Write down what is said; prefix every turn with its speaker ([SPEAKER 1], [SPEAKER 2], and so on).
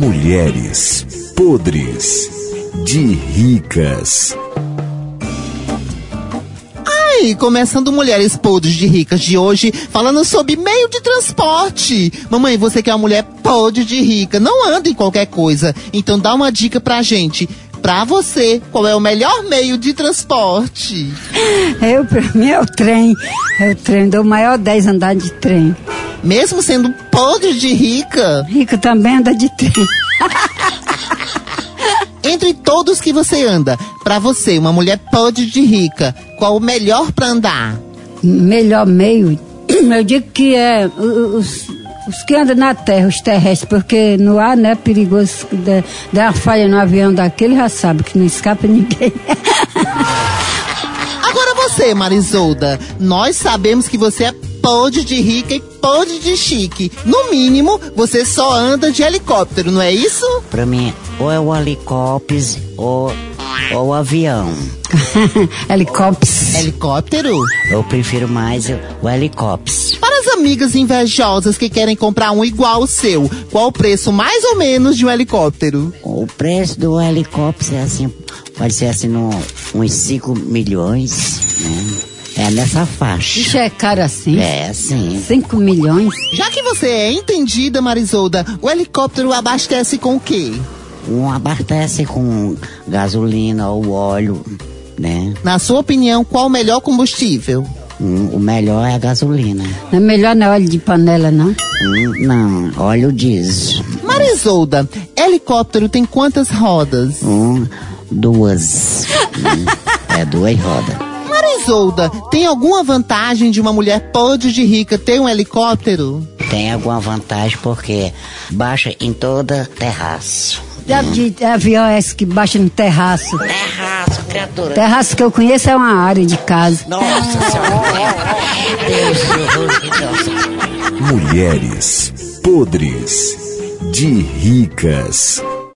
[SPEAKER 1] Mulheres podres de ricas.
[SPEAKER 2] E começando Mulheres Podres de Ricas de hoje, falando sobre meio de transporte. Mamãe, você que é uma mulher podre de rica, não anda em qualquer coisa. Então dá uma dica pra gente. Pra você, qual é o melhor meio de transporte?
[SPEAKER 3] Eu, pra mim, é o trem. É o trem, dou o maior 10 andar de trem.
[SPEAKER 2] Mesmo sendo podre de rica,
[SPEAKER 3] Rico também anda de trem.
[SPEAKER 2] entre todos que você anda, pra você, uma mulher podre de rica, qual o melhor pra andar?
[SPEAKER 3] Melhor meio, eu digo que é o- os, os que andam na terra, os terrestres, porque no ar, né, é perigoso que der, der uma falha no avião daquele, já sabe que não escapa ninguém.
[SPEAKER 2] Agora você, Marisolda, nós sabemos que você é podre de rica e podre de chique. No mínimo, você só anda de helicóptero, não é isso?
[SPEAKER 4] Pra mim, ou é o helicóptero ou, ou o avião.
[SPEAKER 3] Helicóptero.
[SPEAKER 2] Helicóptero?
[SPEAKER 4] Eu prefiro mais o, o helicóptero.
[SPEAKER 2] Para as amigas invejosas que querem comprar um igual ao seu, qual o preço mais ou menos de um helicóptero?
[SPEAKER 4] O preço do helicóptero é assim, pode ser assim, no, uns 5 milhões, né? É nessa
[SPEAKER 3] Isso
[SPEAKER 4] faixa.
[SPEAKER 3] é caro assim?
[SPEAKER 4] É, assim.
[SPEAKER 3] 5 milhões?
[SPEAKER 2] Já que você é entendida, Marisolda, o helicóptero abastece com o quê?
[SPEAKER 4] Um abastece com gasolina ou óleo, né?
[SPEAKER 2] Na sua opinião, qual o melhor combustível?
[SPEAKER 4] Hum, o melhor é a gasolina.
[SPEAKER 3] Não é melhor não óleo de panela, não?
[SPEAKER 4] Hum, não, óleo diesel.
[SPEAKER 2] Marisolda, helicóptero tem quantas rodas?
[SPEAKER 4] Um, duas. Hum, é duas rodas.
[SPEAKER 2] Marisolda, tem alguma vantagem de uma mulher podre de rica ter um helicóptero?
[SPEAKER 4] Tem alguma vantagem porque baixa em toda terraço.
[SPEAKER 3] De, de avião é esse que baixa no terraço.
[SPEAKER 4] Terraço, criatura.
[SPEAKER 3] Terraço que eu conheço é uma área de casa.
[SPEAKER 4] Nossa senhora. Deus, Deus, Deus.
[SPEAKER 1] Mulheres podres de ricas.